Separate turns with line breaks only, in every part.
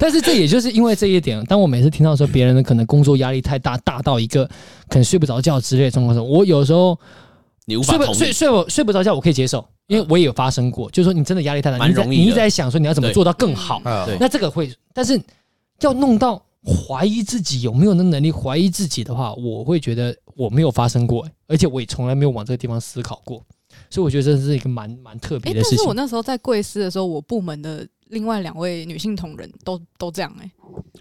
但是这也就是因为这一点，当我每次听到说别人的可能工作压力太大，大到一个可能睡不着觉之类的状况的时候，我有时候
你无法
睡不
同
睡
理。
睡不睡不着觉，我可以接受，因为我也有发生过，就是说你真的压力太大，
蛮
你在
容易
你一
的
直在想说你要怎么
对
做到更好，
啊
哎
对嗯
那这个会，但是要弄到怀疑自己有没有那能力，怀疑自己的话，我会觉得我没有发生过，而且我也从来没有往这个地方思考过，所以我觉得这是一个蛮蛮特
哎、
别的
但
事
是我
情。
那时候在贵司的时候，我部门的另外两位女性同仁都都这样哎、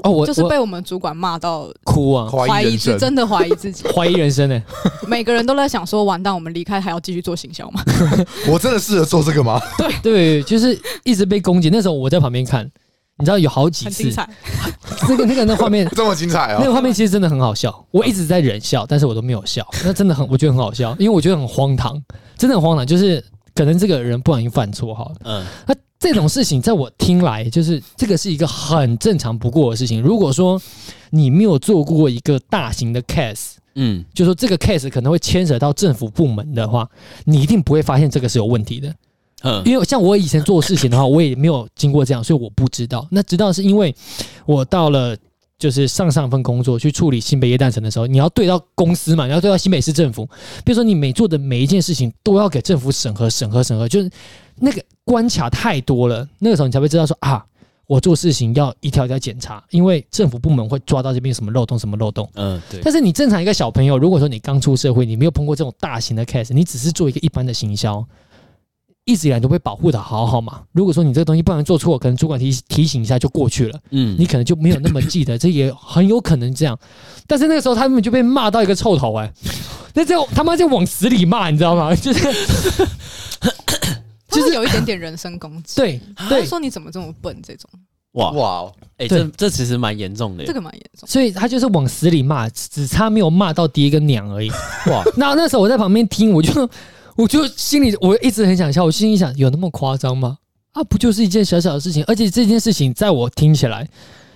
哦，我
就是
我
被我们主管骂到
哭 啊，
怀
怀
疑
疑
人
自
生，
真的怀疑自己，
怀疑人生呢、
每个人都在想说，完蛋，我们离开还要继续做行销吗？
我真的适合做这 个吗？
对，就是一直被攻击。那时候我在旁边看，你知道有好几
很
次
精，彩，
那个那个那画 面，
这么精彩
那
哦！
个画面其实真的很好笑。我一直在忍笑，但是我都没有笑，那真的很，我觉得很好笑，因为我觉得很荒唐，真的很荒唐。就是可能这个人不小心犯错好了，
嗯，
那这种事情在我听来，就是这个是一个很正常不过的事情。如果说你没有做过一个大型的 case，
嗯，
就说这个 case 可能会牵扯到政府部门的话，你一定不会发现这个是有问题的。
嗯，
因为像我以前做事情的话，我也没有经过这样，所以我不知道。那直到是因为我到了就是上上份工作去处理新北夜诞城的时候，你要对到公司嘛，你 要对到新北市政府，比如说你每做的每一件事情都要给政府审核、审核、审核，就是那个关卡太多了。那个时候你才会知道说啊，我做事情要一条一条检查，因为政府部门会抓到这边有什么漏洞、什么漏洞。
嗯，对，
但是你正常一个小朋友，如果说你刚出社会，你没有碰过这种大型的 case，你只是做一个一般的行销，一直以来都被保护的好好嘛。如果说你这个东西不然做错，可能主管提提醒一下就过去了，
嗯，
你可能就没有那么记得，这也很有可能这样。但是那个时候他们就被骂到一个臭头哎、那这他妈就往死里骂，你知道吗？就是
就是有一点点人身攻击。
对
他
对，
说你怎么这么笨？这种
哇，
哇，哦
对
哎，这这其实蛮严重的耶
这。个蛮严重。
所以他就是往死里骂，只差没有骂到爹跟娘而已。哇！那那时候我在旁边听，我就 我就心里我一直很想笑，我心里想有那么夸张吗？啊，不就是一件小小的事情，而且这件事情在我听起来，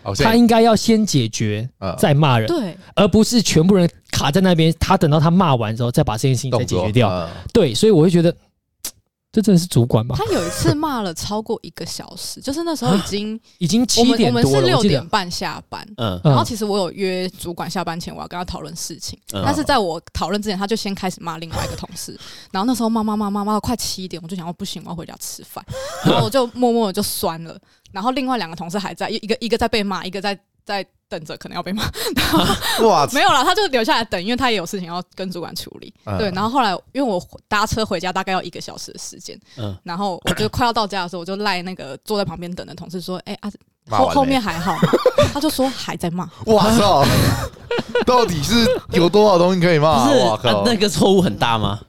好像
他应该要先解决
嗯
再骂人，
对，
而不是全部人卡在那边，他等到他骂完之后再把这件事情再
动
解
作
决掉。
嗯
对，所以我会觉得嘖这真的是主管吧？
他有一次骂了超过一个小时，就是那时候已经
已经
我
啊七
们我
点
们
多
是
了，
六
我记得
点。半下班。
嗯
然后
嗯，
其实我有约主管下班前，我要跟他讨论事情，
嗯
但是在我讨论之前，他就先开始骂另外一个同 事，然后那时候骂骂骂骂骂到快七点，我就想说不行，我要回家吃饭，然后我就默默的就酸了，然后另外两个同事还在，一一个一个在被骂，一个在在等着可能要被骂，
哇，
没有啦，他就留下来等，因为他也有事情要跟主管处理。
嗯
对，然后后来因为我搭车回家大概要一个小时的时间，
嗯
然后我就快要到家的时候，我就赖那个坐在旁边等的同事说：“哎、啊，
骂
后
完
后
嘞
面还好吗？”他就说还在骂，
哇 操！到底是有多少东西可以
不
骂？
是
哇
啊
靠！
那个错误很大吗？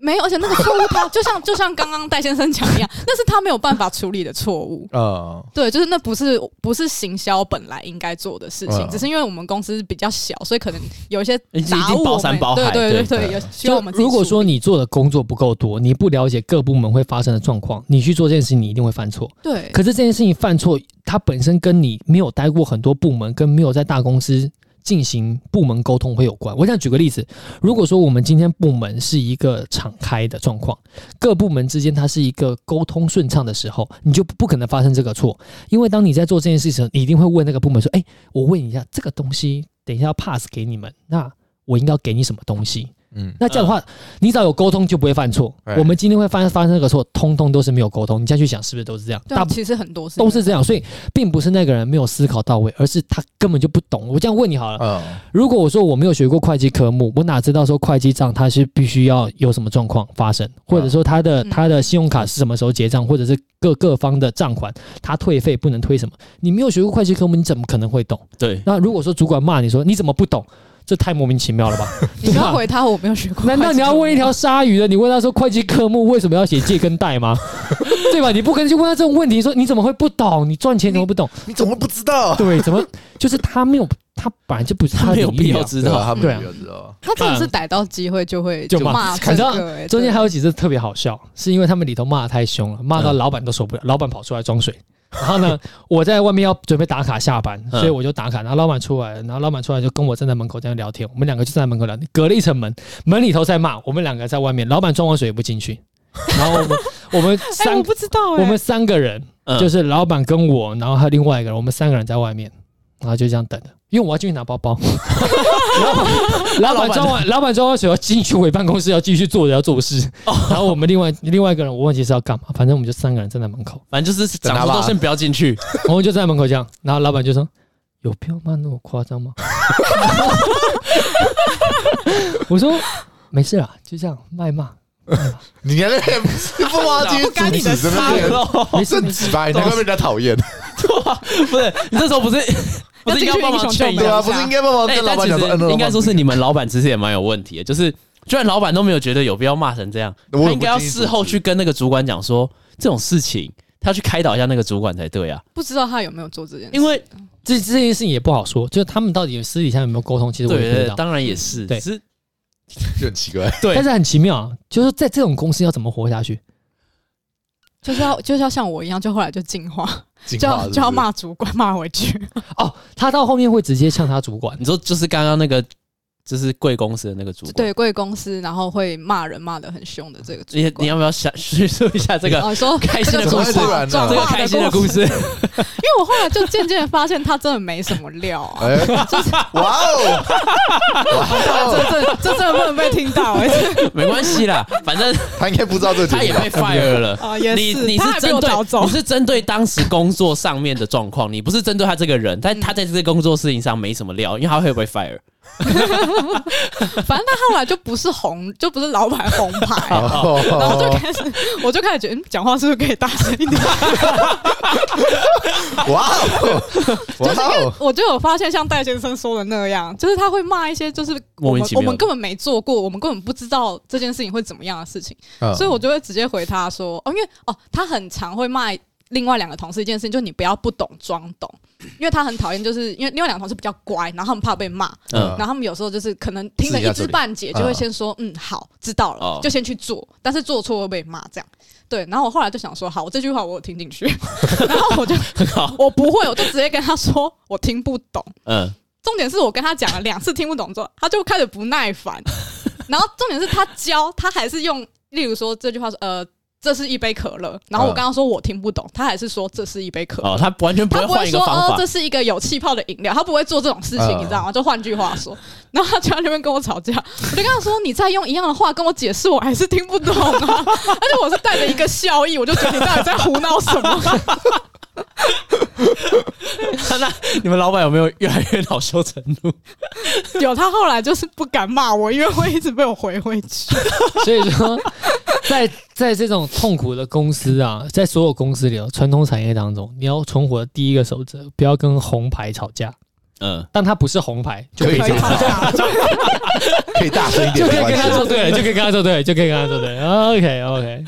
没有，而且那个错误 他就像就像刚刚戴先生讲一样，那是他没有办法处理的错误。
嗯，
对，就是那不是不是行销本来应该做的事情，
嗯
只是因为我们公司比较小，所以可能有一些
已经
杂物
包
我
山
们
包海
对
对
对，有需要我们自己
如果
处
说
理
你做的工作不够多，你不了解各部门会发生的状况，你去做这件事情，你一定会犯错。
对
可是这件事情犯错，它本身跟你没有待过很多部门，跟没有在大公司进行部门沟通会有关。我想举个例子，如果说我们今天部门是一个敞开的状况，各部门之间它是一个沟通顺畅的时候，你就不可能发生这个错，因为当你在做这件事情的时候，你一定会问那个部门说：“哎，我问你一下，这个东西等一下要 pass 给你们，那我应该要给你什么东西？”
嗯，
那这样的话，你只要有沟通就不会犯错
对。
我们今天会发发生这个错，通通都是没有沟通。你再去想，是不是都是这样？
对
大
啊，
部
其实很多事
都是这样，所以并不是那个人没有思考到位，而是他根本就不懂。我这样问你好了，
嗯，
如果我说我没有学过会计科目，我哪知道说会计账它是必须要有什么状况发生，或者说他的
嗯
他的信用卡是什么时候结账，或者是各各方的账款他退费不能退什么？你没有学过会计科目，你怎么可能会懂？
对，
那如果说主管骂你说你怎么不懂，这太莫名其妙了吧？
你不要回他，我没有学过。
啊 难道你要问一条？鲨鱼的？你问他说会计科目为什么要写借跟贷 吗？对吧？你不可能去问他这种问题，说你怎么会不懂？你赚钱怎么 不懂？
你怎么不知道？
对，怎么就是他没有，他本来就不是
他
的
没有
领
必
域
要
啊。
知
对啊
道。
他
对
们
啊
有知道。
他真的是逮到机会就会
嗯就骂
骂
可
这
是
个、欸，
中间
对
还有几次特别好笑，是因为他们里头骂的太凶了，骂到老板都受
嗯
不了，老板跑出来装水。然后呢， 我在外面要准备打卡下班，
嗯
所以我就打卡。然后老板出来，然后老板出来就跟我站在门口这样聊天，我们两个就站在门口聊天，隔了一层门，门里头在骂，我们两个在外面，老板装完水也不进去。然后我们 我们
哎、
三
我不知道哎、
我们三个人，
嗯
就是老板跟我，然后还有另外一个人，我们三个人在外面，然后就这样等着，因为我要进去拿包包。老板老板装完，老板装完水要进去回办公室，要继续坐着要做事。然后我们另外另外一个人，我忘记是要干嘛，反正我们就三个人站在门口，
反正就是
等
长
他
出
吧
都先不要进去，
我们就站在门口这样，然后老板就说：“有必要吗？那么夸张吗？”我说：“没事啦，就这样卖骂，
你还在那边不挖金
干
主
你的
旨，在那
大
边
了，
没事
正
没
直
事。
白，难怪被人家讨厌。
不是你这时候不是 不是应该帮忙劝一
要进去英雄
下
救美
对
吗？
啊，不是应该帮忙
哎
跟老
但
板讲
其
说，嗯
实应该说，是你们老板其实也蛮有问题的，就是居然老板都没有觉得有必要骂成这样，
我也不
他应该要
建议
事后去跟那个主管讲说这种事情，他去开导一下那个主管才对啊，
不知道他有没有做这件事，
因为
这这件事情也不好说，就是他们到底私底下有没有沟通，其实我也不知
对
道。
当然也是，
对
只是
就很奇怪。
对
但是很奇妙啊，就是在这种公司要怎么活下去？
就是要就是要像我一样，就后来就进化，
进
就
化
要
是不
就是要骂主管骂回去。
哦，他到后面会直接呛他主 管，
你说就是刚刚那个就是贵公司的那个主管，
对，贵公司，然后会骂人骂的很凶的这个主
你你
管。
要不要想叙述一下这个
哦，你说
开心
这个
的
主
故
管
事？
这个
转
这个
化
开
的
心的故
事，
事，
因为我后来就渐渐地发现他真的没什么料啊，
哎，哇哦，哇哦，
这这这真的不能被听 到哎、欸，
没关系啦，反正
他应该不知道这个节
他
目
也
吧
被 fire 了。
啊也
你你
他
是
还比
针
我早
对
走
你，是针对当时工作上面的状况，你不是针对他这个人，但
嗯
他在这个工作事情上没什么料，因为他会被 fire。
反正他后来就不是红，就不是老板红牌。然后就
哦
开始，我就开始觉得，嗯讲话是不是可以大声一点？
哇哦，哇 哦，
我就有发现，像戴先生说的那样，就是他会骂一些，就是我
莫
们
名其
我
妙的
们根本没做过，我们根本不知道这件事情会怎么样的事情。
嗯
所以我就会直接回他说，哦，因为哦，他很常会骂另外两个同事一件事情，就是你不要不懂装懂，因为他很讨厌，就是因为另外两个同事比较乖，然后很怕被骂，
嗯
然后他们有时候就是可能听了一知半解，就会先说嗯好知道
哦
了，就先去做，但是做错会被骂这样。对，然后我后来就想说，好，我这句话我有听进去，然后我就
好
我不会，我就直接跟他说我听不懂。
嗯，
重点是我跟他讲了两次听不懂之后，他就开始不 耐烦。然后重点是他教他还是用，例如说这句话说呃，这是一杯可乐。然后我
嗯
刚刚说我听不懂，他还是说这是一杯可乐。
哦，他完全不
他
会
不
换
会
一个
说
方
哦，
法
这。是一个有气泡的饮料，他不会做这种事情，
嗯
你知道吗？就换句话说，然后他就在那边跟我吵架，我就跟他说，你再用一样的话跟我解释，我还是听不懂啊。 而且我是带着一个笑意，我就觉得你到底在胡闹什么？
那你们老板有没有越来越恼羞成怒？
有他后来就是不敢骂我，因为会一直被我回回去。
所以说，在在这种痛苦的公司啊，在所有公司里哦，传统产业当中，你要存活的第一个守则，不要跟红牌吵架。
嗯，
但他不是红牌，就
可以
吵
这样
架，
架，
哦可以大声一
就
点，
可以
没
跟
关
他
系。
做对了，就可以跟他做对了，就可以跟他做 对了。OK OK，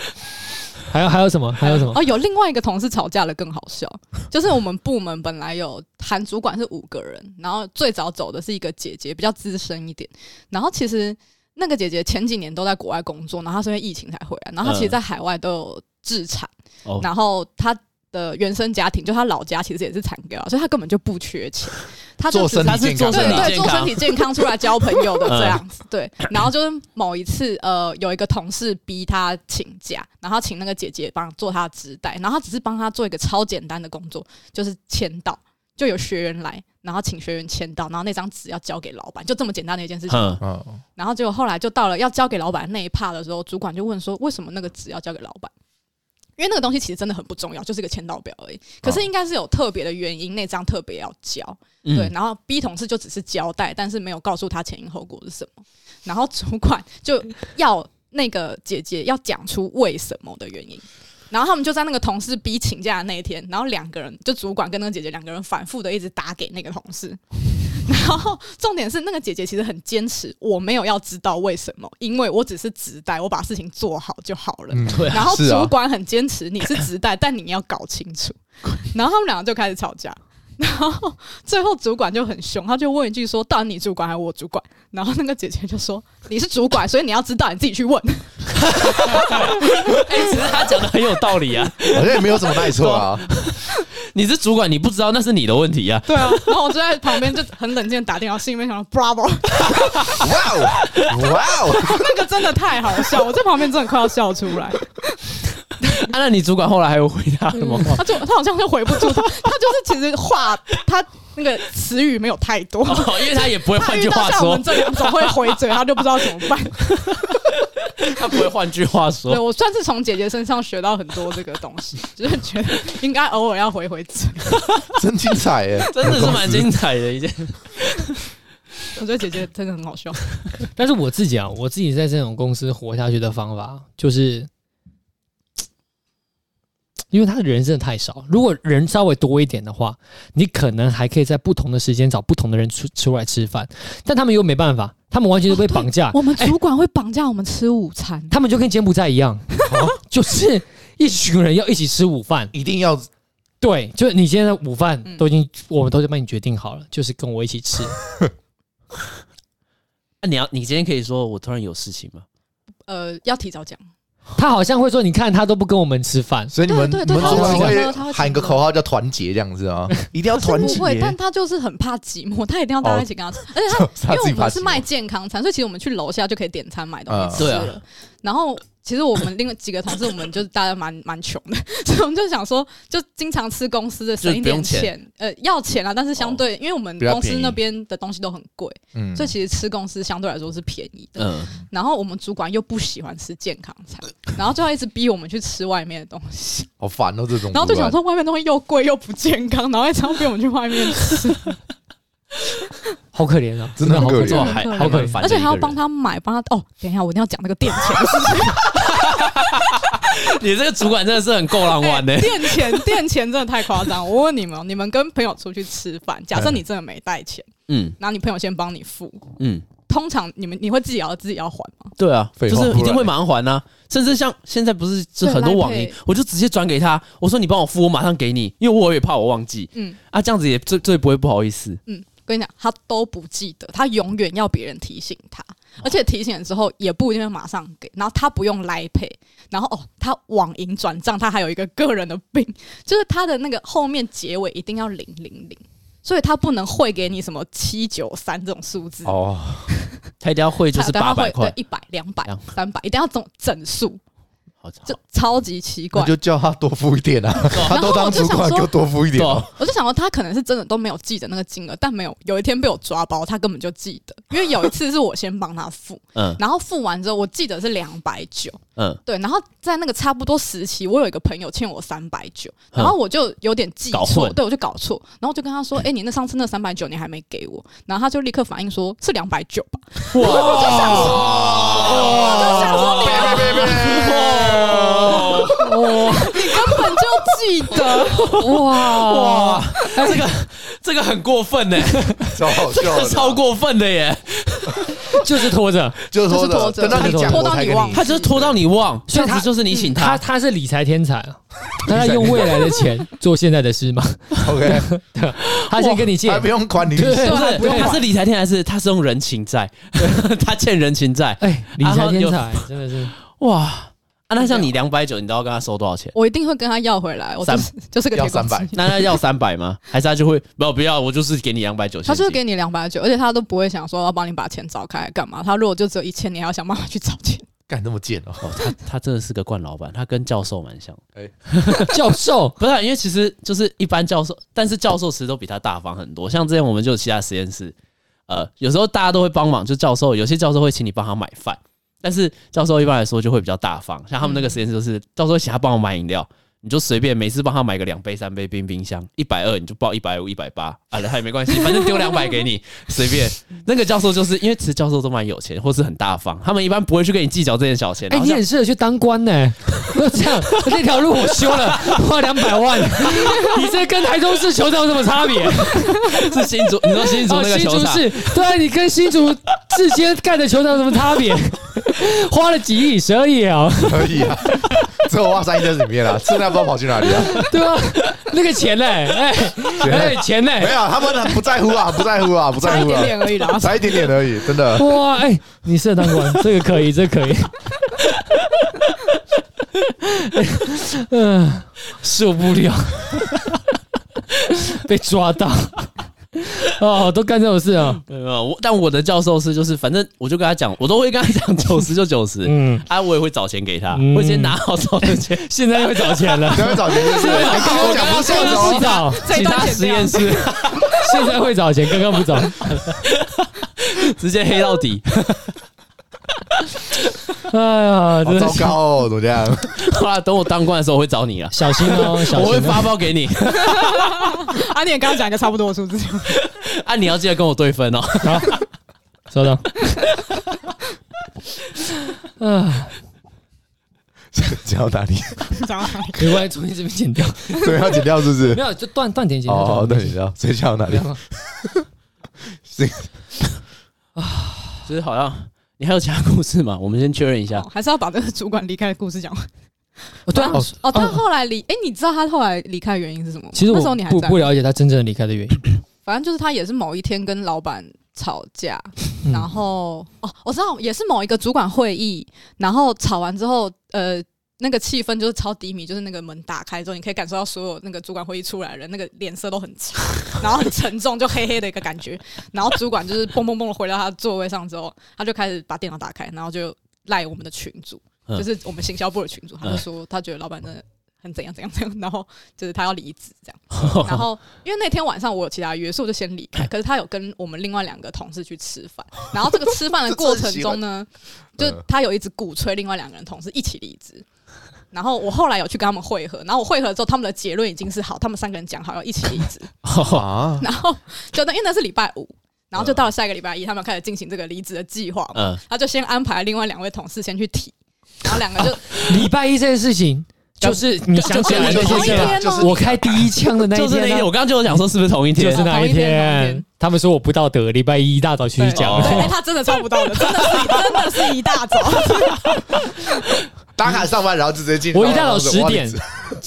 还有还有什么？还有什么？
嗯
哦，有另外一个同事吵架了，更好 笑，就是我们部门本来有韩主管是五个人，然后最早走的是一个姐姐，比较资深一点，然后其实那个姐姐前几年都在国外工作，然后她是因为疫情才回来，然后她其实
嗯
在海外都有自产，
哦
然后她。的原生家庭就她老家其实也是产给我，所以她根本就不缺钱，她就
做
只是
身体健康
他是
对
做
的，
对，
哦身体健
做
康
身体健康出来交朋 友的
嗯
这样子，对。然后就是嗯某一次，呃，有一个同事逼他请假，然后请那个姐姐帮做他的职代，然后他只是帮他做一个超简单的工作，就是签到，就有学员来，然后请学员签到，然后那张纸要交给老板，就这么简单的一件事情。
嗯，
嗯，
然后结果后来就到了要交给老板那一趴的时候，主管就问说，为什么那个纸要交给老板？因为那个东西其实真的很不重要，就是一个签到表而已。可是应该是有特别的原因，那张特别要交。
嗯
对，，然后 B 同事就只是交代，但是没有告诉他前因后果是什么，然后主管就要那个姐姐要讲出为什么的原因。然后他们就在那个同事 B 请假的那一天，然后两个人就主管跟那个姐姐两个人反复的一直打给那个同事， 然后重点是那个姐姐其实很坚持，我没有要知道为什么，因为我只是直代，我把事情做好就好了。
嗯
对啊
然后
是啊
主管很坚持你是直代，但你要搞清楚。然后他们两个就开始吵架，然后最后主管就很凶，他就问一句说：“到底你主管还是我主管？”然后那个姐姐就说：“你是主管，所以你要知道，你自己去问。
哎，其实他讲的很有道理啊。
好像也没有什么耐错 啊。
你是主管，你不知道那是你的问题啊”。
对啊，然后我就在旁边就很冷静的打电话，心里面想说：“Bravo，
哇哦，哇哦，
那个真的太好笑，我在旁边真的快要笑出来。”
啊，那你主管后来还有回他什么话？
他就他好像就回不住他，他就是其实话他那个词语没有太多，
哦， 因为他也不会
他
换
遇
句
到
话
像我
说
们，这两种会回嘴，他就不知道怎 么办。
他不会换句话说
对。我算是从姐姐身上学到很多这个东西，就是觉得应该偶尔要回回嘴。
真精彩耶！
真的是蛮精彩的一件，
我觉得姐姐真的很好笑，
但是我自己啊，我自己在这种公司活下去的方法，就是因为他的人真的太少。如果人稍微多一点的话，你可能还可以在不同的时间找不同的人出出来吃饭，但他们又没办法，他们完全是被绑 架，
我们主管会绑架我们吃午餐，
他们就跟柬埔寨一样， 就是一群人要一起吃午饭。
一定要
对，就是你今天的午饭
嗯
都已经，我们都帮你决定好了，就是跟我一起吃。
那你要你今天可以说我突然有事情吗？
呃，要提早讲。
他好像会说，你看他都不跟我们吃饭，
所以你们
对
你
对
们
对
主管
他会
请客他会
会喊个
请客
口号叫团结这样子啊，一定要
是
团
不
结。哦
会， 但他就是很怕寂寞，他一定要大家一起跟他吃，而且他
他
因为
自
我
己发
们
起
是
的
卖健康餐，所以其实我们去楼下就可以点餐买东西
嗯
吃
对
了。
啊
然后其实我们另外几个同事，我们就是大家蛮蛮穷的， 所以我们就想说，就经常吃公司的省一点
就是不
钱，呃，要钱啊，但是相对、因为我们
比较
公司
便宜
那边的东西都很贵，
嗯
所以其实吃公司相对来说是便宜的。
嗯，
然后我们主管又不喜欢吃健康餐，然后就要一直逼我们去吃外面的东西，
好烦哦，这种。
然后就想，说外面东西又贵又不健康，然后一直要逼我们去外面吃。
好可怜啊，
真的
好
很可
这种
怜
还
对
还蛮烦的一个人，
而且还要帮他买，帮他哦。等一下，我一定要讲那个垫钱的事情。
你这个主管真的是很够浪漫的、
哎垫 钱，垫钱真的太夸张。我问你们哦，你们跟朋友出去吃饭，假设你真的没带钱，
嗯
然后你朋友先帮你付，
嗯，
通常你们你会自己要自己要还吗？
对啊，
废
就
话
是
不
一定
然
会马上还啊。甚至像现在不是就
对
很多网
Line
银
Pay，
我就直接转给他，我说你帮我付，我马上给你，因为我也怕我忘记
嗯
啊，这样子也最最不会不好意思。
嗯，跟你讲，他都不记得，他永远要别人提醒他，而且提醒了之后也不一定会马上给。然后他不用来配，然后哦，他网银转账，他还有一个个人的病， 就是他的那个后面结尾一定要零零零。所以他不能汇给你什么七九三这种数字，
哦，
他一定要汇就
他
是
他
八
会
百块，
对一百、两百
两、
三百，一定要总整数，
好，嗯
就超级奇怪
那。就叫他多付一点啊，他都当主
然后我就想
管，
说
给我多付一点哦。
好
我就想说，他可能是真的都没有记得那个金额，但没有有一天被我抓包，他根本就记得，因为有一次是我先帮 他付，
嗯
然后付完之后，我记得是两百九，
嗯，
对，然后在那个差不多时期，我有一个朋友欠我三百九，然后我就有点记
搞
错，
混嗯
对，我就搞错，然后我就跟他说，哎、你那上次那三百九你还没给我，然后他就立刻反应说是两百九吧，我就想说你
别别别
哦
根本就记得，
哇
哇，
哎
这个这个很过分呢、
超好
这
笑
个
的，
超过分的耶，
就是拖着。
就是
就是拖着
拖着，等到你讲
拖到
我才
你
跟
忘
他就是拖到你忘，
所
这
以他
样子就是你请
他
他，嗯
他是理财天才啊，他在用未来的钱做现在的事嘛。
OK，
他先跟你借
还，不用管你。
对
不
对
是
他不用
他
还
是理财天还是他是用人情债， 他欠人情债，
哎，理财天才真的是
哇！啊，那像你两百九，你都要跟他收多少钱？
我一定会跟他要回来，我就是就是个
要
铁公鸡
300
那他要三百吗？还是他就会不要不要，我就是给你两百九，
他就是给你两百九，而且他都不会想说要帮你把钱找开来干嘛。他如果就只有一千，你还要想办法去找钱。
干那么贱哦，
哦，他他真的是个惯老板，他跟教授蛮像。
教授，
不是啊、因为其实就是一般教授，但是教授其实都比他大方很多。像之前我们就有其他实验室，呃，有时候大家都会帮忙，就教授有些教授会请你帮他买饭，但是教授一般来说就会比较大方。像他们那个实验室就是，教授请他帮我买饮料，你就随便每次帮他买个两杯三杯冰冰箱，一百二你就报一百五一百八，啊，那也没 关系，反正丢两百给你，随便。那个教授就是因为其实教授都蛮有钱，或是很大方，他们一般不会去跟你计较这些小钱。
哎，
然后
你
像
很适合去当官呢。就这样，那条路我修了，花两百万，你这跟台中市球场有什么差别？
是新竹，你说新竹
哦
那个
新
球
竹
场，
市，对啊，你跟新竹之间盖的球场有什么差别？花了几亿、十二亿啊，
可以啊。只有挖三亿在里面了，剩下不知道跑去哪里了。
对吧？那个钱嘞，哎哎，钱嘞
没，有，他们不在乎啊，不在乎啊，不
差
在
一
乎
点
啊，
点而已啦。
差一点点而已，真的。
哇，哎、你适合当官，这个可以，这个可以。 嗯、 受不了，被抓到。哦，都干这种事啊。
没有没有，我但我的教授是就是，反正我就跟他讲，我都会跟他讲九十就九十，
嗯，
啊，我也会找钱给他，
嗯
我先拿好找的 钱。
现在又找钱了
你，要找钱就是你刚刚讲不是要
刚刚
找
不找，
这一
其
段
他
剪
实
掉
验室
现在会找钱，刚刚不找。
直接黑到底，
哎呀，
好
真的
糟
是
糕哦，怎么这样？
好啦，等我当官的时候我会找你啊，
小心哦，小心哦。
我会发包给你，
啊，你也刚刚讲一个差不多的数字，
啊，你要记得跟我对分哦。
好，稍等。啊，
讲到哪里？
讲 到哪里？
没关系，从你这边剪掉。
对，要剪掉是不是
没？有，就断断点哦剪掉。
哦，那你知道，所以讲到哪
没
里
有？吗
就是好像你还有其他故事吗？我们先确认一下
哦。还是要把这个主管离开的故事讲完。
哦对啊，
哦
哦，他后来离，哎，你知道他后来离开的原因是什么吗？
其实
那时候
我
你还
不
在
不，了解他真正的离开的原因。
反正就是他也是某一天跟老板吵架，
嗯
然后哦，我知道也是某一个主管会议，然后吵完之后，呃，那个气氛就是超低迷，就是那个门打开之后，你可以感受到所有那个主管会议出来的人那个脸色都很差，然后很沉重，就黑黑的一个感觉。然后主管就是蹦蹦蹦的回到他的座位上之后，他就开始把电脑打开，然后就赖我们的群主，
嗯
就是我们行销部的群主，他就说他觉得老板真的很怎样怎样怎样，然后就是他要离职这样。
哦
哦然后因为那天晚上我有其他约，所以我就先离
哎
开。可是他有跟我们另外两个同事去吃饭，然后这个吃饭的过程中呢，
啊
就
这真的喜欢
他有一直鼓吹另外两个人同事一起离职。然后我后来有去跟他们会合，然后我会合之后，他们的结论已经是好，他们三个人讲好要一起离职。
啊，
然后就那因为那是礼拜五，然后就到了下一个礼拜一，他们开始进行这个离职的计划 嘛。
嗯，
他就先安排另外两位同事先去提，然后两个就
礼拜一这件事情， 就是你想起来那
同
些
一
事啊
天哦
我开第一枪的那一
就是那一
天
天，
啊，
我刚刚就有讲说是不是同一
就
天
是？那
同一天同一天。
他们说我不道德，礼拜一一大早去
对
讲。
对，哎，他真的超不到的，真的是真的是一大早。
打卡上班，然后就直接进。
我一大早十
然
点
后，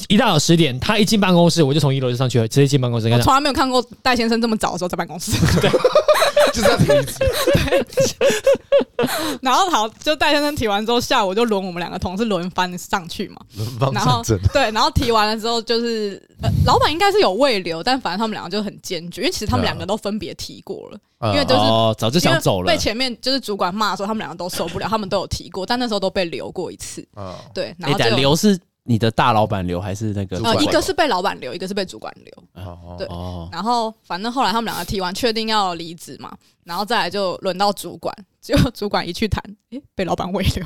一大早十点，他一进办公室，我就从一楼就上去了，直接进办公室跟
我
他
从来没有看过戴先生这么早的时候在办公室。
就是要停职。
然后好，就戴先生提完之后，下午就轮我们两个同事轮番上去嘛。
轮番
然后
上阵，
对，然后提完了之后，就是、呃、老板应该是有未留，但反正他们两个就很坚决，因为其实他们两个都分别提过了，因为就是。
哦，早就
因为
想走了
被。前面就是主管骂的时候，他们两个都受不了，他们都有提过，但那时候都被留过一次。
嗯，
对，然
哎，
后就
但留是你的大老板留还是那个？
主
呃，
管
一个是被老板留，一个是被主管留。
哦
对
哦，
然后反正后来他们两个提完，确定要离职嘛，然后再来就轮到主管，结果主管一去谈，诶，被老板未留，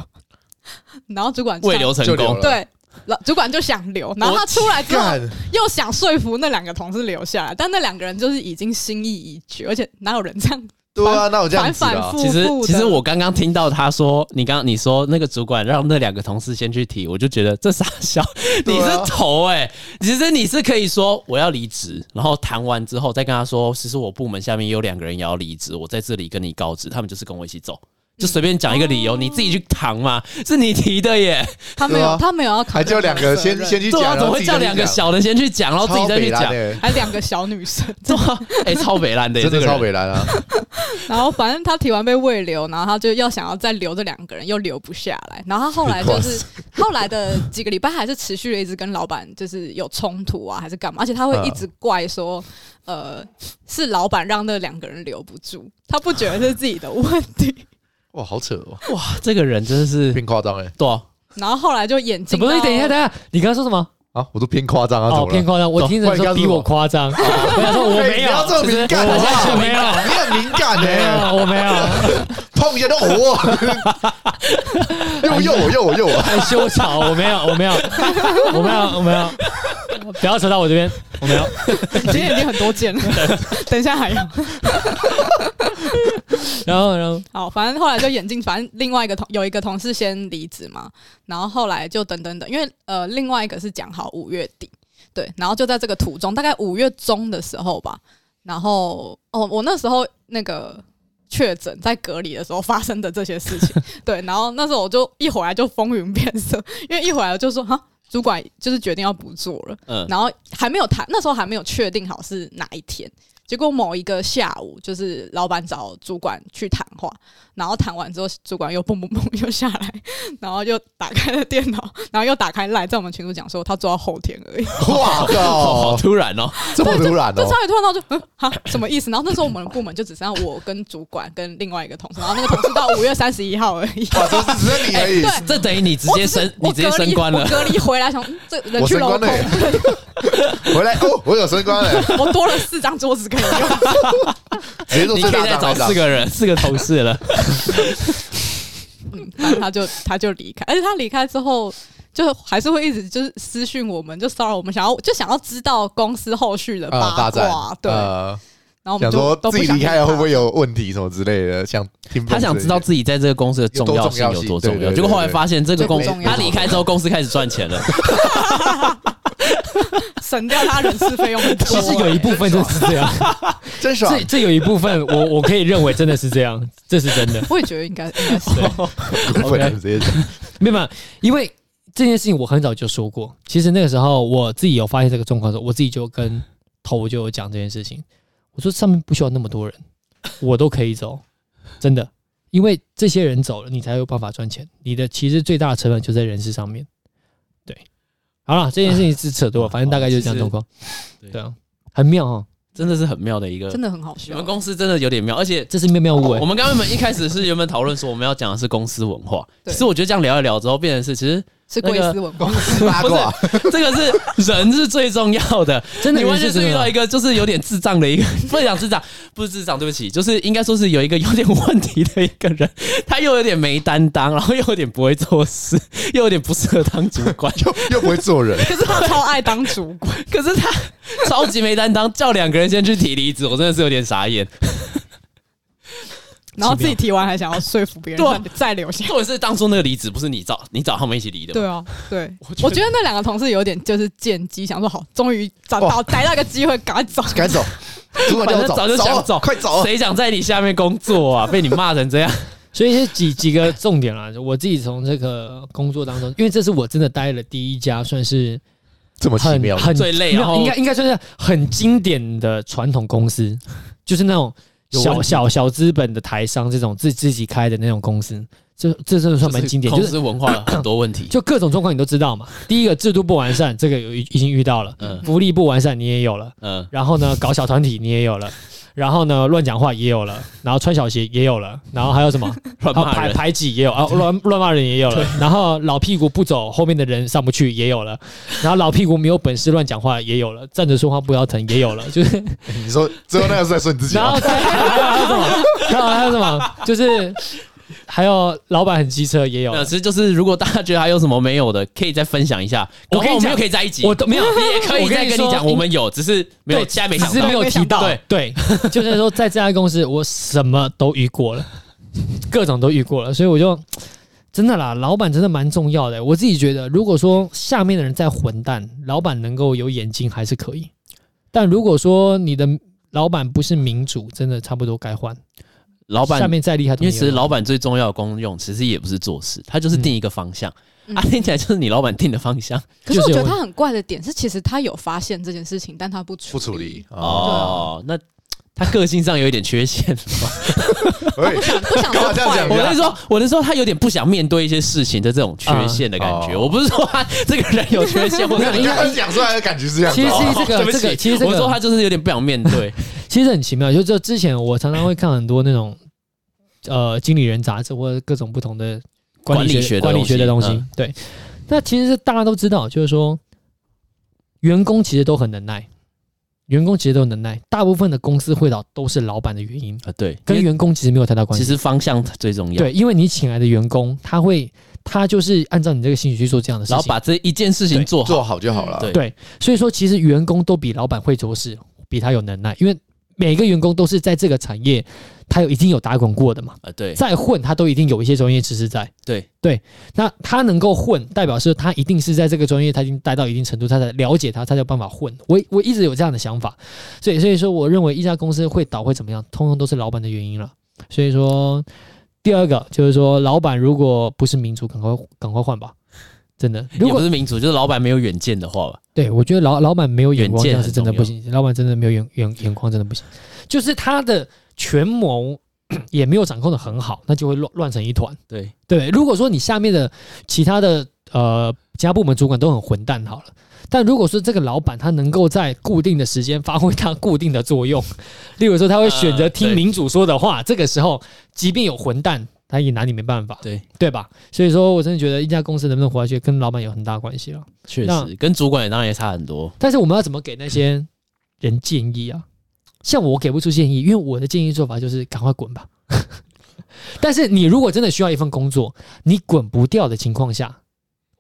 然后主管
未留成
就留
功
了。
对。老主管就想留，然后他出来之后
干，
又想说服那两个同事留下来，但那两个人就是已经心意已决，而且哪有人这样
对啊，那我这样
反
子
反
啊
复，复
其
的？
实其实我刚刚听到他说，你刚刚你说那个主管让那两个同事先去提，我就觉得这傻笑，
对
你
啊
是头哎、其实你是可以说我要离职，然后谈完之后再跟他说，其实我部门下面也有两个人也要离职，我在这里跟你告知，他们就是跟我一起走。就随便讲一个理由，你自己去扛嘛，是你提的耶。
他没有、
对啊
他没有要考
还
虑
叫两 个先
任何责任
先去
对啊，
讲，
怎么会叫两个小的先去讲，然后
然
自己
后
再
自己
去
再去讲，超北
讲
蓝？的
还两个小女生，
对啊，哎，超北烂的耶，
真的
这个人
超北蓝啊！
然后反正他提完被未留，然后他就要想要再留这两个人，又留不下来。然后他后来就是后来的几个礼拜还是持续的一直跟老板就是有冲突啊，还是干嘛？而且他会一
嗯
直怪说，呃，是老板让那两个人留不住，他不觉得是自己的问题。
哇，好扯哦，
哇，这个人真的是
偏夸张哎！
对啊，
然后后来就眼睛
怎么？你等一下，等一下，你刚刚说什么？
啊，我都偏夸张啊，怎
哦，
么
偏
了？
夸张，我
懂
听着说比我夸张。哦我想说我
哎
没有
不要，这么
就是
敏感
我
好不
完
好
全 没有，
你很敏感
没
哎，
有，我没有，
碰一下都 哦，
哎
又又又又，
很羞草，我没有，我没有，我没有，我没有，不要扯到我这边，我没有。
今天已经很多件了， 等一下还有。
然后，然后，
好，反正后来就眼镜，反正另外一个同有一个同事先离职嘛，然后后来就等等等，因为呃，另外一个是讲好五月底，对，然后就在这个途中，大概五月中的时候吧，然后哦，我那时候那个确诊在隔离的时候发生的这些事情，对，然后那时候我就一回来就风云变色，因为一回来我就说哈。主管就是决定要不做了，
嗯，
然后还没有谈，那时候还没有确定好是哪一天，结果某一个下午，就是老板找主管去谈话，然后谈完之后，主管又蹦蹦蹦又下来， 然后又打开了电脑，然后又打开赖，在我们群组讲说他做到后天而
哦
已，
哇
好
靠，
突然哦，
这么突然
就
哦
超！级突然，然后就嗯哈什么意思？然后那时候我们的部门就只剩下我跟主管跟嗯另外一个同事，然后那个同事到五月三十一号而已。
哇，这啊只是你而已。
哎这等于你 直
我
接
只是
升，
我
你直接
隔离
升官
我
了。
隔离回来想，嗯这人
我
去
升
楼
官
空
了，耶，回来哦，我有升官了，
我多了四张桌子可以用。
直接
哎
做
你可
最大
以
啊
再
张
找
来
四个 人，四个同事了。
嗯，反正他就他就离开，而且他离开之后，就还是会一直就是私讯我们，就骚扰我们，想要就想要知道公司后续的
呃
啊
八
大
卦
战，，
对。
呃
然后我们
想
就
说
都
自己
想
离开
理
了
他
会不会有问题什么之类的，想听
他想知道自己在这个公司的重要性有多重
有多重要
要，
性
结果后来发现这个公
最不重要
他离开之后，公司开始赚钱了。
省掉他人事费用 很 多？
其实有一部分就是这样，
真爽
这，这有一部分我我可以认为真的是这样，这是真的。
我也觉得应该应该是
不能直接讲
没有，没有，因为这件事情我很早就说过。其实那个时候我自己有发现这个状况的时候，我自己就跟头就有讲这件事情。我说上面不需要那么多人，我都可以走，真的，因为这些人走了，你才有办法赚钱。你的其实最大的成本就在人事上面。对，好了，这件事情是扯多了，反正大概就是这样状况。
其实
对啊，很妙哦，
真的是很妙的一个，
真的很好
你
笑
们。公司真的有点妙，而且
这是妙妙屋哎、
我们刚刚们一开始是原本讨论说我们要讲的是公司文化，其
对
实我觉得这样聊一聊之后，变成是其实
是贵
那个
司文 化，
八卦，
这个是人是最重要的，
真的
你完全
人是
是
最重
遇
要
到一个就是有点智障的一个， 不能讲智障，不是智障，对不起，就是应该说是有一个有点问题的一个人，他又有点没担当，然后又有点不会做事，又有点不适合当主管，
又又不会做人，
可是他超爱当主管，
可是他超级没担当，叫两个人先去提离职，我真的是有点傻眼。
然后自己提完还想要说服别
对啊
人再留下。
重点是当初那个离职不是你找，你找他们一起离的吗，
对啊，对，
我觉得
我觉得那两个同事有点就是见机，想说好，终于找到逮到一个机会，哦 赶快走。
赶紧走，主管
反
叫我
正早就
走
想
啊，
走
快
哦
走啊！
谁想在你下面工作啊？被你骂成这样，
所以是几几个重点啦，我自己从这个工作当中，因为这是我真的待了第一家算是
这么奇妙
很，很
最累
没有
然后
应该应该算是很经典的传统公司，就是那种
有问
小
题
小小资本的台商这种自自己开的那种公司，这这真的算蛮经 典，就
公
是
司文化很多问题。
就各种状况你都知道嘛。第一个制度不完善，这个有已已经遇到了；
嗯
福利不完善，你也有了；
嗯，
然后呢，搞小团体你也有了；然后呢，乱讲话也有了；然后穿小鞋也有了；然后还有什么？
乱
啊，
骂
排
人，
排挤也有啊， 乱乱骂人也有了，然后老屁股不走，后面的人上不去也有了，然后老屁股没有本事乱讲话也有了，站着说话不腰疼也有了， 就是，
你说最后那个是在说你自己啊
然
吗
后？再 还有什么？然后还有什么？就是还有老板很机车也有
那
了
呃其，实就是，如果大家觉得还有什么没有的，可以再分享一下。
我
搞
跟你
不好我们
讲
又可以在一起，
我都没 有，
也可以
我跟
再
你
跟
说
你讲，我们有，只是没有，现在没
只
想
是
到
没。有提到，
对
对， 就是说在这家公司我什么都遇过了，各种都遇过了，所以我就真的啦，老板真的蛮重要的。我自己觉得，如果说下面的人再混蛋，老板能够有眼睛还是可以，但如果说你的老板不是民主，真的差不多该换。
老板
下，面再厉害都
因
没
为
有用，
其实老板最重要的功用，其实也不是做事，他就是定一个方向
嗯
啊，听起来就是你老板定的方向
可是我
就是
觉
有
得他很怪的点是，其实他有发现这件事情，但他不处
不 处理，哦，
哦。那他个性上有一点缺 陷，
喂
不想不想
干
做
嘛这样
坏
讲
人
我的是说，我的是说，他有点不想面对一些事情的这种缺陷的感觉。
嗯哦
我不是说他这个人有缺 陷，或者
没有
你
因为
刚刚讲出来的感觉是这样子
其实
哦，
这个
哦对不起
这个其实这个
我说他就是有点不想面对。
其实很奇妙，就这之前我常常会看很多那种呃经理人杂志或者各种不同的管理学
管
管
理
理学
学的
的
东
东
西
西。对，那其实是大家都知道，就是说员工其实都很能耐，员工其实都很能耐，大部分的公司会倒都是老板的原因，
啊，对，
跟
因为
员工其实没有太大关
其
系。
实方向最重要。，
对，因为你请来的员工，他会他就是按照你这个兴趣去做这样的事
然后
情，
把这一件事情
对
做好。
做好就好了。
对
对，所以说其实员工都比老板会做事，比他有能耐，因为每个员工都是在这个产业，他有已经有打滚过的嘛，
啊，对
再混他都一定有一些专业知识在。
对，
那他能够混，代表是他一定是在这个专业他已经待到一定程度，他才了解他，他才有办法混。我我一直有这样的想法，所以所以说我认为一家公司会倒会怎么样，通通都是老板的原因了。所以说第二个就是说，老板如果不是民主，赶快赶快换吧。真的。如
也不
果
是民主，就是老板没有远见的话吧。
对我觉得老老板没有眼光，这样
远见很
是真的不行。老板真的没有眼眼眼光，真的不行。就是他的权谋也没有掌控的很好，那就会乱乱成一团。
对，
对，如果说你下面的其他的呃其他部门主管都很混蛋好了，但如果说这个老板他能够在固定的时间发挥他固定的作用，例如说他会选择
呃
听
对
民主说的话，这个时候即便有混蛋，他也拿你没办法，
对
对吧？所以说我真的觉得一家公司能不能活下去，跟老板有很大关系了。
确
那
实跟主管也当然也差很多。
但是我们要怎么给那些人建议啊？像我给不出建议，因为我的建议做法就是赶快滚吧。 但是你如果真的需要一份工作，你滚不掉的情况下，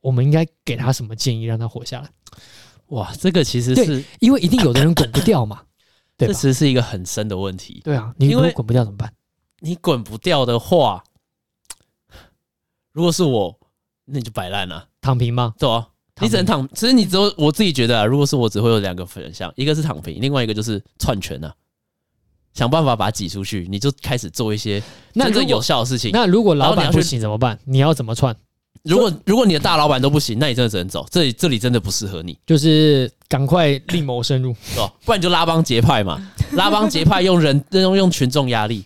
我们应该给他什么建议让他活下来？
哇，这个其实
对
是
因为一定有的人滚不掉嘛， 对
这
吧
其？实是一个很深的问题。
对啊，你如
因为
果滚不掉怎么办？
你滚不掉的话，如果是我，那你就摆烂了，
躺平吗？
对啊，
躺平
你只能躺。其实你只有我自己觉得啊，如果是我，只会有两个选项，一个是躺平，另外一个就是篡权啊，想办法把它挤出去，你就开始做一些
那
真
如
正
果
有效的事情。
那如果老
然后你
板
要去
不行怎么办？你要怎么串？
如果如果你的大老板都不行，那你真的只能走，这里这里真的不适合你，
就是赶快另谋生路。
对吧？不然你就拉帮结 派嘛，拉帮结派用人用用群众压力，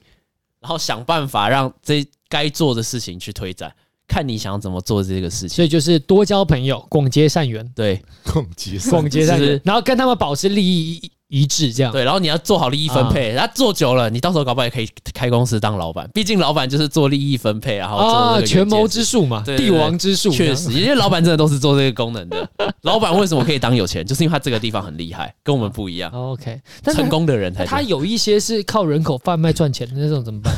然后想办法让这该做的事情去推展，看你想怎么做这个事情。
所以就是多交朋友，广结善缘，
对
逛 街上
广结善
就
缘
是，
然后跟他们保持利益一一致，这样。
对，然后你要做好利益分配，
啊
然后做久了，你到时候搞不好也可以开公司当老板，毕竟老板就是做利益分配，然后做
啊，
这个
权谋
原件
之术嘛，
对对对
帝王之术，
确实，因为老板真的都是做这个功能的。 老板为什么可以当有钱，就是因为他这个地方很厉害，跟我们不一样。
OK，但是
成功的人才
他。他
对
有一些是靠人口贩卖赚钱的那种怎么办？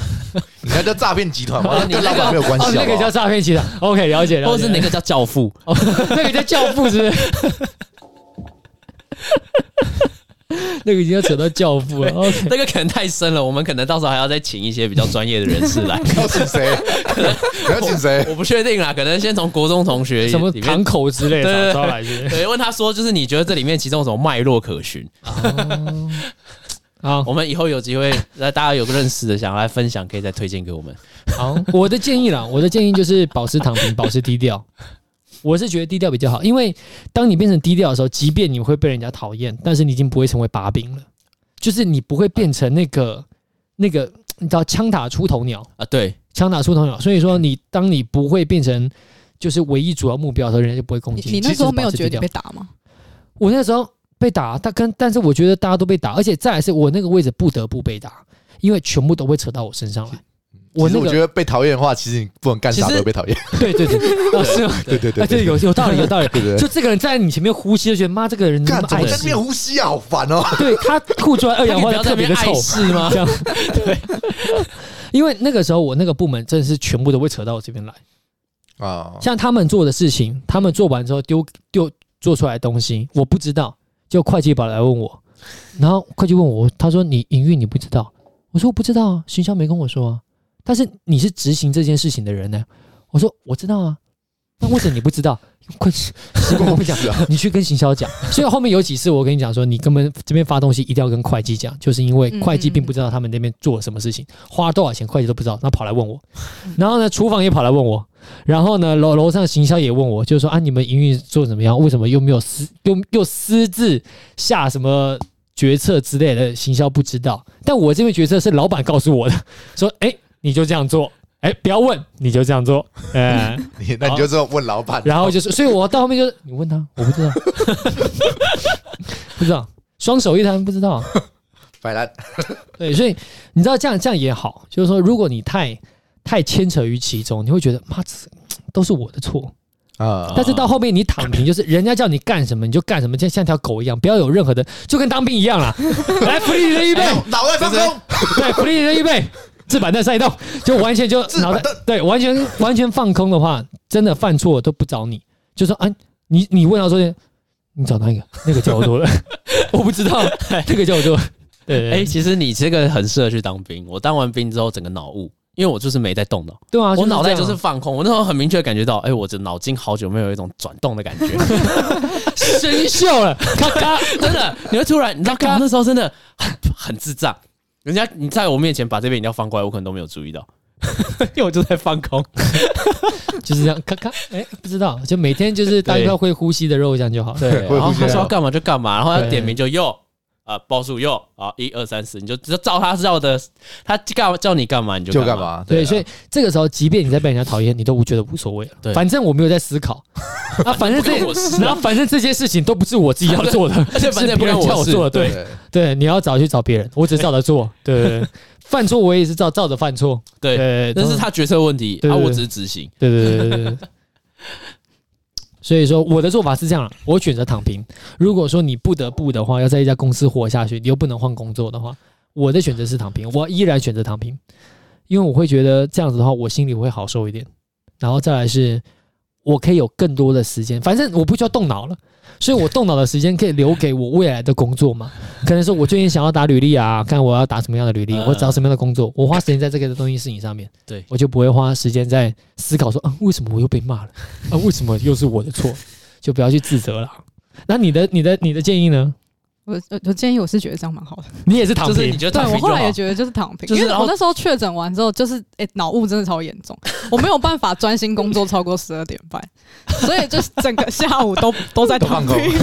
你看叫诈骗集团吗？
哦
那
你
跟
那
老
个
板没有关系
哦，
啊好
那
不
个叫
好？
诈骗集团。OK，了解了
或
解。
者是那个叫教父，
哦，那个叫教父是不是？ 那个已经要扯到教父 了。OK，哦
那个可能太深了，我们可能到时候还要再请一些比较专业的人士 来。
要请谁？你要请谁？
我不确定啦，可能先从国中同学
什么
里
堂
面
口之类
对对
的
对
招来是不是？
对问他说，就是你觉得这里面其中有什么脉络可循？
好
我们以后有机会， 那大家有个认识的想要来分享，可以再推荐给我们。
好，我的建议啦，我的建议就是保持躺平，保持低 调。我是觉得低调比较好，因为当你变成低调的时候，即便你会被人家讨厌，但是你已经不会成为把柄了，就是你不会变成那个那个，你知道枪打出头鸟，
啊，对，
枪打出头鸟。所以说你，当你不会变成就是唯一主要目标的时候，人家就不会攻
你
击
你那
其实
时候没有
保持
觉得
低
你
调
被打吗？
我那时候被打，但跟但是我觉得大家都被打，而且再来是我那个位置不得不被打，因为全部都会扯到我身上来。我
其实
那
我
个
觉得被讨厌的话，其实你不管干啥
其
都
实
会被讨厌。
对对对， 哦是吗？
对对
啊，
对
对，有有道理，有道理。
对对
就
对。
这个人站在你前面呼吸，就觉得妈，这个人那
干
么
怎
爱
么在那
吃
边，呼吸啊？好烦哦！
对他吐出来二氧化碳特别的臭，
是吗
这？样对。因为那个时候我那个部门真的是全部都会扯到我这边来，
啊，
像他们做的事情，他们做完之后丢丢做出来的东西，我不知道，就会计跑来问我，然后会计问我，他说你营运你不知道，我说我不知道啊，行销没跟我说啊，但是你是执行这件事情的人呢，我说我知道啊，那为什么你不知道？快去，跟我不讲
是啊，
你去跟行销讲。所以后面有几次我跟你讲说，你根本这边发东西一定要跟会计讲，就是因为会计并不知道他们那边做了什么事情，花多少钱会计都不知道，那跑来问我，然后呢厨房也跑来问我，然后呢楼楼上行销也问我，就是说啊你们营运做得怎么样？为什么又没有私又又私自下什么？决策之类的行销不知道，但我这边决策是老板告诉我的，说哎、你就这样做，哎、不要问，你就这样做，哎、
你那你就这么问老板，
然后就是，所以我到后面就是你问他，我不知道， 不知道，双手一摊不知道。
摆烂，
对，所以你知道这样这样也好，就是说，如果你太太牵扯于其中，你会觉得妈这都是我的错。
啊
但是到后面你躺平，就是人家叫你干什么你就干什么，像像条狗一样，不要有任何的，就跟当兵一样啦。来，福利人预备，
脑袋放空，
对，福利人预备，自板凳赛动，就完全就
自
脑袋
板凳
对，完全完全放空的话，真的犯错都不找你，就说啊，你你问他说你找哪一个？那个叫我做的， 我不知 道，那个叫我做的。对
哎、
对
其实你这个很适合去当兵。我当完兵之后，整个脑雾，因为我就是没在动脑，
对啊，
我脑袋就是
这样
放空。我那时候很明确地感觉到，哎、我的脑筋好久没有一种转动的感觉，
生锈了，咔咔，
真的。你会突然，你知道，干我那时候真的很很智障。人家你在我面前把这杯饮料放过来，我可能都没有注意到。 因为我就在放空。
就是这样，咔咔，哎、不知道，就每天就是 当一块会呼吸的肉酱就好了。
对，
我也
然后
不知
他
道
说要干嘛就干嘛，然后要
对
点名就右啊，报数右啊，一二三四，你就只照他叫的，他干嘛叫你干嘛你
就
干
干。嘛？
对，
啊
所以这个时候，即便你在被人家讨厌，你都不觉得无所谓了。
对
反正我没有在思 考啊，反正
不关我
这，
事啊
然后反正这些事情都不是我自己要做 的，
而且反正
是
也不
别人
关我
叫我
事
做的。对
对，
对，你要找去找别人，我只是照着 做。对对对，犯错我也是照照着犯错。
对，
对，
那是他决策问题，
对
啊，
对
我
对
只是执行。
对对对对对对。 所以说，我的做法是这样啊，我选择躺平。如果说你不得不的话，要在一家公司活下去，你又不能换工作的话，我的选择是躺平，我依然选择躺平，因为我会觉得这样子的话，我心里会好受一点。然后再来是，我可以有更多的时间，反正我不需要动脑了，所以我动脑的时间可以留给我未来的工作嘛。可能说我最近想要打履历啊，看我要打什么样的履历，
嗯
我找什么样的工作，我花时间在这个东西事情上面，
对
我就不会花时间在思考说，啊，为什么我又被 骂了？啊，为什么又是我的错？就不要去自责了。那你的、你的、你的建议呢？
我我我建议我是觉得这样蛮好的，
你也是躺
就是
平
你，觉得
对
躺
我
平就
后来
好
也。觉得就是躺平，
就是
因为
然后
我那时候确诊完之后，就是哎脑雾真的超严重， 我没有办法专心工作超过十二点半， 所以就是整个下午 都都在
都
躺
放空
平，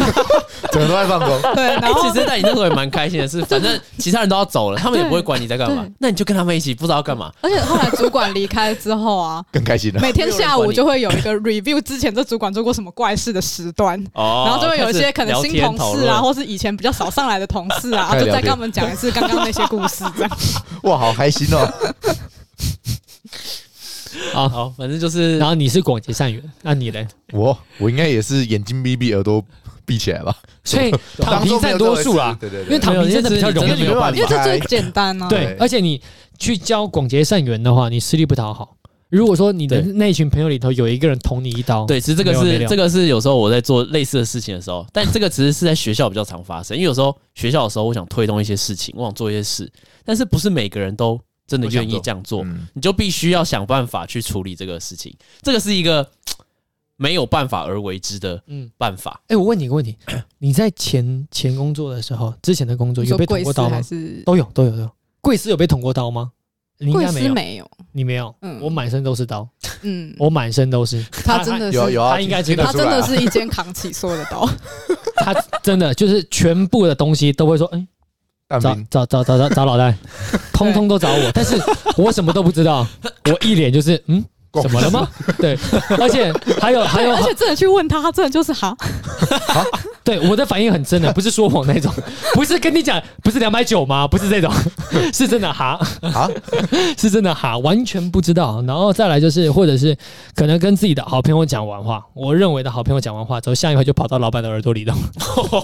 整个都在放空。
对，然
哎，
后
其实那你那时候也蛮开心的是，反正其他人都要走了，他们也不会管你在干嘛
对，
那你就跟他们一起不知道要干嘛。
而且后来主管离开之 后啊，
更开心了。
每天下午就会有一个 review 之前这主管做过什么怪事的时段，
哦，
然后就会有一些可能
开
新同
始聊天讨
事啊，
论
或是以前比较少上来的同事啊，
开始
就
聊天
再跟他们讲一次刚刚那些故事，这样。
哇，好开心哦！
啊。
好，反正就是
然后你是广结善缘，那你嘞？
我我应该也是眼睛闭闭，耳朵闭起来吧。
所以躺
当
平
作没
占
有
多
这回
数
事
啦，
对对
因为
对，
躺平真的比较容
因为
易
你没有办法
因为这最简单啊。
对
对，
而且你去教广结善缘的话，你吃力不讨好。如果说你的
对
那一群朋友里头有一个人捅你一刀，
对，其实这个
没完没
是
了
这个是有时候我在做类似的事情的时候，但这个其实是在学校比较常发生，因为有时候学校的时候我想推动一些事情，我想做一些事，但是不是每个人都真的愿意这样做，
嗯，
你就必须要想办法去处理这个事情，这个是一个没有办法而为之的
嗯，
办 法。
哎、我问你一个问题， 你在前前工作的时候，之前的工作
你
有
说
被捅
贵
过
司
刀
还
吗？
是
都有，都有，都有。贵司有被捅过刀吗？你应
贵
该没
司
有，
没有，
你没有。
嗯
我满身都是刀，
嗯，
哦
我满身都是。
他真的
有啊
是
有啊，
嗯他应该
听
知道
他
听
真
得出来
的
啊
是一肩扛起所有的刀，
他真的就是全部的东西都会说，哎、
但
找
明
找找找找找老 戴，通通都找我，但是我什么都不知道，我一脸就是嗯，怎么了吗？对，而且还有还
对，
有
而且真的去问他，他真的就是哈，
对，我的反应很真的，不是说谎那种，不是跟你讲，不是两百九吗？不是这种， 是真的哈，
啊？
是真的哈，完全不知道。然后再来就是，或者是可能跟自己的好朋友讲完话，我认为的好朋友讲完话之后，下一回就跑到老板的耳朵里了。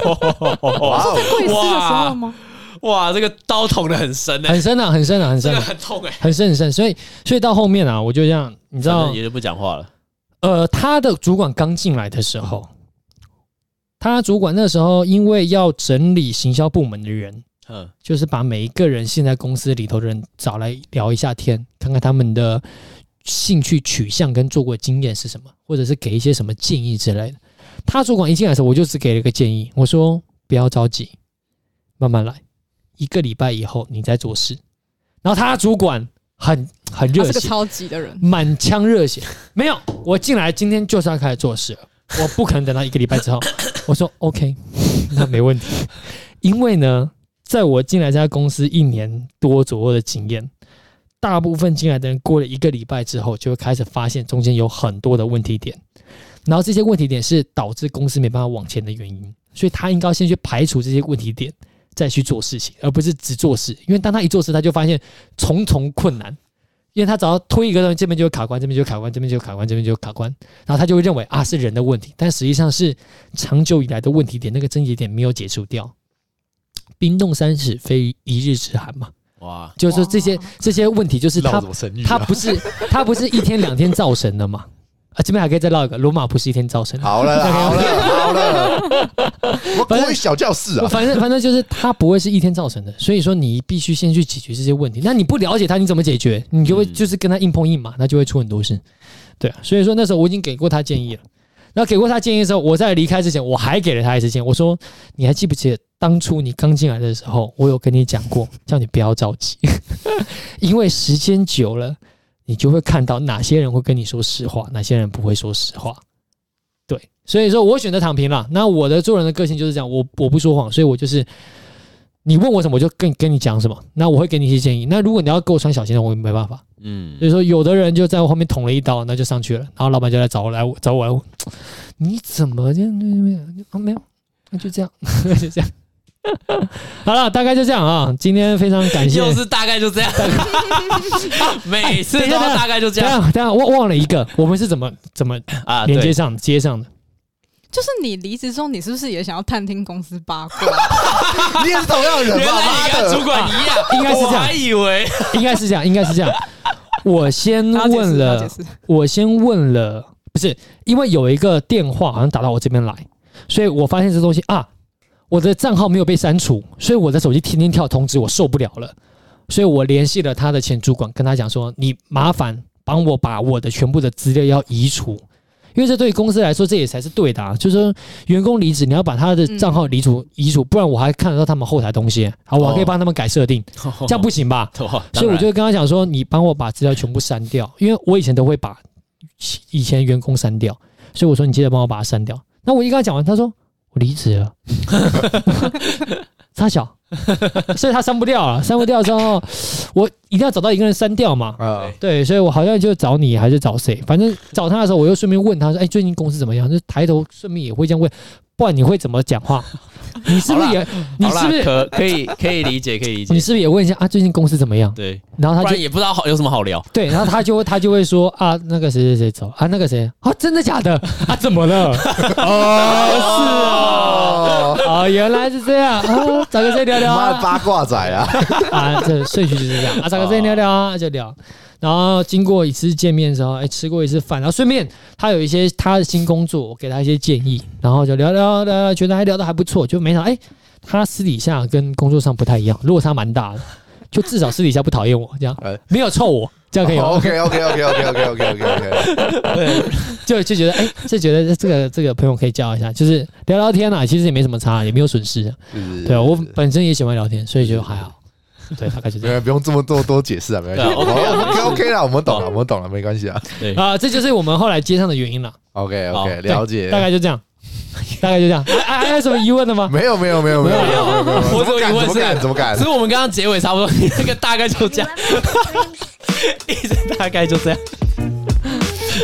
哇哦！
贵司的时候吗？
哇，这个刀捅的很深呢、欸
很深啊，很深啊，很
这
深
个
啊，
很痛哎、
很深很深。所以所以到后面啊，我就这样，你知
反
道
正，也就不讲话了。
呃，他的主管刚进来的时候，他主管那时候因为要整理行销部门的人，
嗯，
就是把每一个人现在公司里头的人找来聊一下天，看看他们的兴趣取向跟做过经验是什么，或者是给一些什么建议之类的。他主管一进来的时候，我就只给了一个建议，我说不要着急，慢慢来，一个礼拜以后你再做事。然后他主管很很
他
热
啊是个
血，
超级 的人，
满腔热血，没有，我进来今天就是要开始做事了，我不可能等到一个礼拜之后。我说 OK，那没问题，因为呢，在我进来这家公司一年多左右的经验，大部分进来的人过了一个礼拜之后，就会开始发现中间有很多的问题点，然后这些问题点是导致公司没办法往前的原因，所以他应该要先去排除这些问题点。再去做事情，而不是只做事。因为当他一做事，他就发现重重困难，因为他只要推一个东西，这边就有卡关，这边就有卡关，这边就有卡关，这边就有卡关，然后他就会认为啊是人的问题，但实际上是长久以来的问题点，那个症结点没有解除掉。冰冻三尺，非一日之寒嘛，
哇，
就是说这些
哇
这些问题，就是
绕
他
什么神域
他
啊？
不是他不是一天两天造成的嘛。啊，这边还可以再唠一个，罗马不是一天造成的。
好 了好了好了，我国语小教室啊，
反正反正就是它不会是一天造成的，所以说你必须先去解决这些问题。那你不了解它，你怎么解决？你就会
嗯
就是跟他硬碰硬嘛，那就会出很多事。对啊，所以说那时候我已经给过他建议了。然后给过他建议的时候，我在离开之前，我还给了他一次建议，我说：“你还记不记得当初你刚进来的 时候，我有跟你讲过，叫你不要着急，因为时间久了，你就会看到哪些人会跟你说实话，哪些人不会说实话。对，所以说我会选择躺平了。那我的做人的个性就是这样，我我不说谎，所以我就是你问我什么，我就跟跟你讲什么。那我会给你一些建议。那如果你要给我穿小鞋的，我也没办法。
嗯
所以说，有的人就在我后面捅了一刀，那就上去了，然后老板就来找我来找我来问，你怎么这样？没有啊，没有，那就这样，就这样。好了，大概就这样啊。今天非常 感谢，
又是大概就这样， 每次
哎等一
都
下
大概就这
等一
样
下等一下忘忘了一个，我们是怎么怎么
啊。
连接
对，
上、接上的？
就是你离职之后，你是不是也想要探听公司八卦？
你也是同样的人
原
吧？
来
妈
你跟主
的，
管 一样，
应该是这样
我还以为
应该是这样，应该是这样。我先
他要解释
问
他要
了
解，释
我先问了，不是因为有一个电话好像打到我这边来，所以我发现这东西啊，我的账号没有被删除，所以我的手机天天跳通知，我受不了了，所以我联系了他的前主管，跟他讲说，你麻烦帮我把我的全部的资料要移除。因为这对于公司来说，这也才是对的啊！就是说，员工离职，你要把他的账号移除、移除，不然我还看得到他们后台东西，啊好，我还可以
哦
帮他们改设定，这样 不行吧？
错，哦当然
所以我就跟他讲说，你帮我把资料全部删掉，因为我以前都会把以前员工删掉，所以我说你记得帮我把它删掉。那我一跟他讲完，他说我离职了， 他小，所以他删不掉了，删不掉之后，我一定要找到一个人删掉嘛。
啊，
对，所以我好像就找你还是找谁，反正找他的时候，我又顺便问他说：“哎，最近公司怎么样？”就抬头顺便也会这样问，不然你会怎么讲话？你是不是也？你
好啦
是不是？
可可以可以理解，可以理
你
解。
是不是也问一下啊？最近公司怎么样？
对，
然后
不
他就
然也不知道好有什么好聊。
对，然后他就会他就会说啊，那个谁谁谁走啊，那个谁啊，真的假的啊？怎么了？哦，
哦
是，哦，哦，原来是这样啊，找个谁聊聊
妈的
啊？
八卦仔啊！
啊，这顺序就是这样啊，找个谁聊聊啊，就聊。然后经过一次见面之后，哎，吃过一次饭，然后顺便他有一些他的新工作，我给他一些建议，然后就聊聊聊聊，觉得还聊得还不错，就没想到哎，他私底下跟工作上不太一样，落差蛮大的，就至少私底下不讨厌我，这样
哎
没有臭我，这样可以
哦
吗？
OK OK OK OK OK OK OK
啊
OK，
就就觉得哎、就觉得这个这个朋友可以交一下，就是聊聊天啊，其实也没什么差，也没有损失。对啊，我本身也喜欢聊天，所以就还好。 对，大概就这样。
呃不用这么多多解释啊，没关
对
系，我
，OK，
们 OK OK 啦，我们懂了，
好
我们懂了，没关系啊。
对，
啊、这就是我们后来接上的原因了。
OK
好
OK，
对
了解。
大概就这样，大概就这样。还、还还有什么疑问 的吗？
没有没有没有没有没有没有没有，
我 只有疑问啊
怎么敢
是
怎么敢
所以我们刚刚结尾差不多，你那个大概就这样， 一直大概就这样。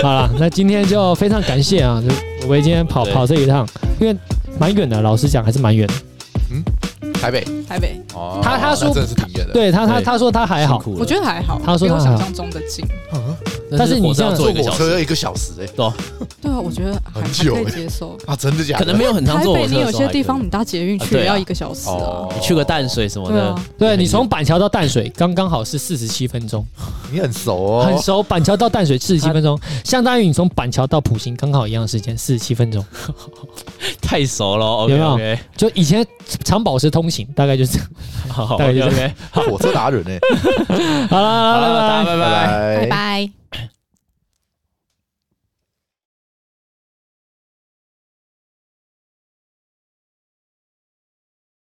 好了，那今天就非常感谢啊，就我今天跑
对
跑这一趟，因为蛮远的，老实讲还是蛮远的。
怎么敢？台北
台北，
哦
他他说
那真的是挺远的，
对他他
对
他说他还好，
我觉得还好，
他说
比我
他还
想
好
象中的近。
但是你
火车要
这样
坐一个
坐
小
火车
时，
要一个小时哎
对，
对啊，我觉得还
很
还
久
可以
欸
接受。
啊，真的假的？
可能没有很常
台
坐火
北
车。
你有些地方，你搭捷运去
啊对啊
也要一个小时啊
哦。
你去个淡，水什么
对
的
啊，
对你从板桥到淡水刚刚好是四十七分钟。
你很熟哦，
很熟，板桥到淡水四十七分钟，相当于你从板桥到普行刚好一样的时间，四十七分钟。
太熟了。
有
OK
没有
OK，
就以前长保时通行，大概就是这样。
好
大概就这样
OK，
火车达人哎，
好了，
好
拜拜
了，大。家拜拜。
拜
拜。
拜。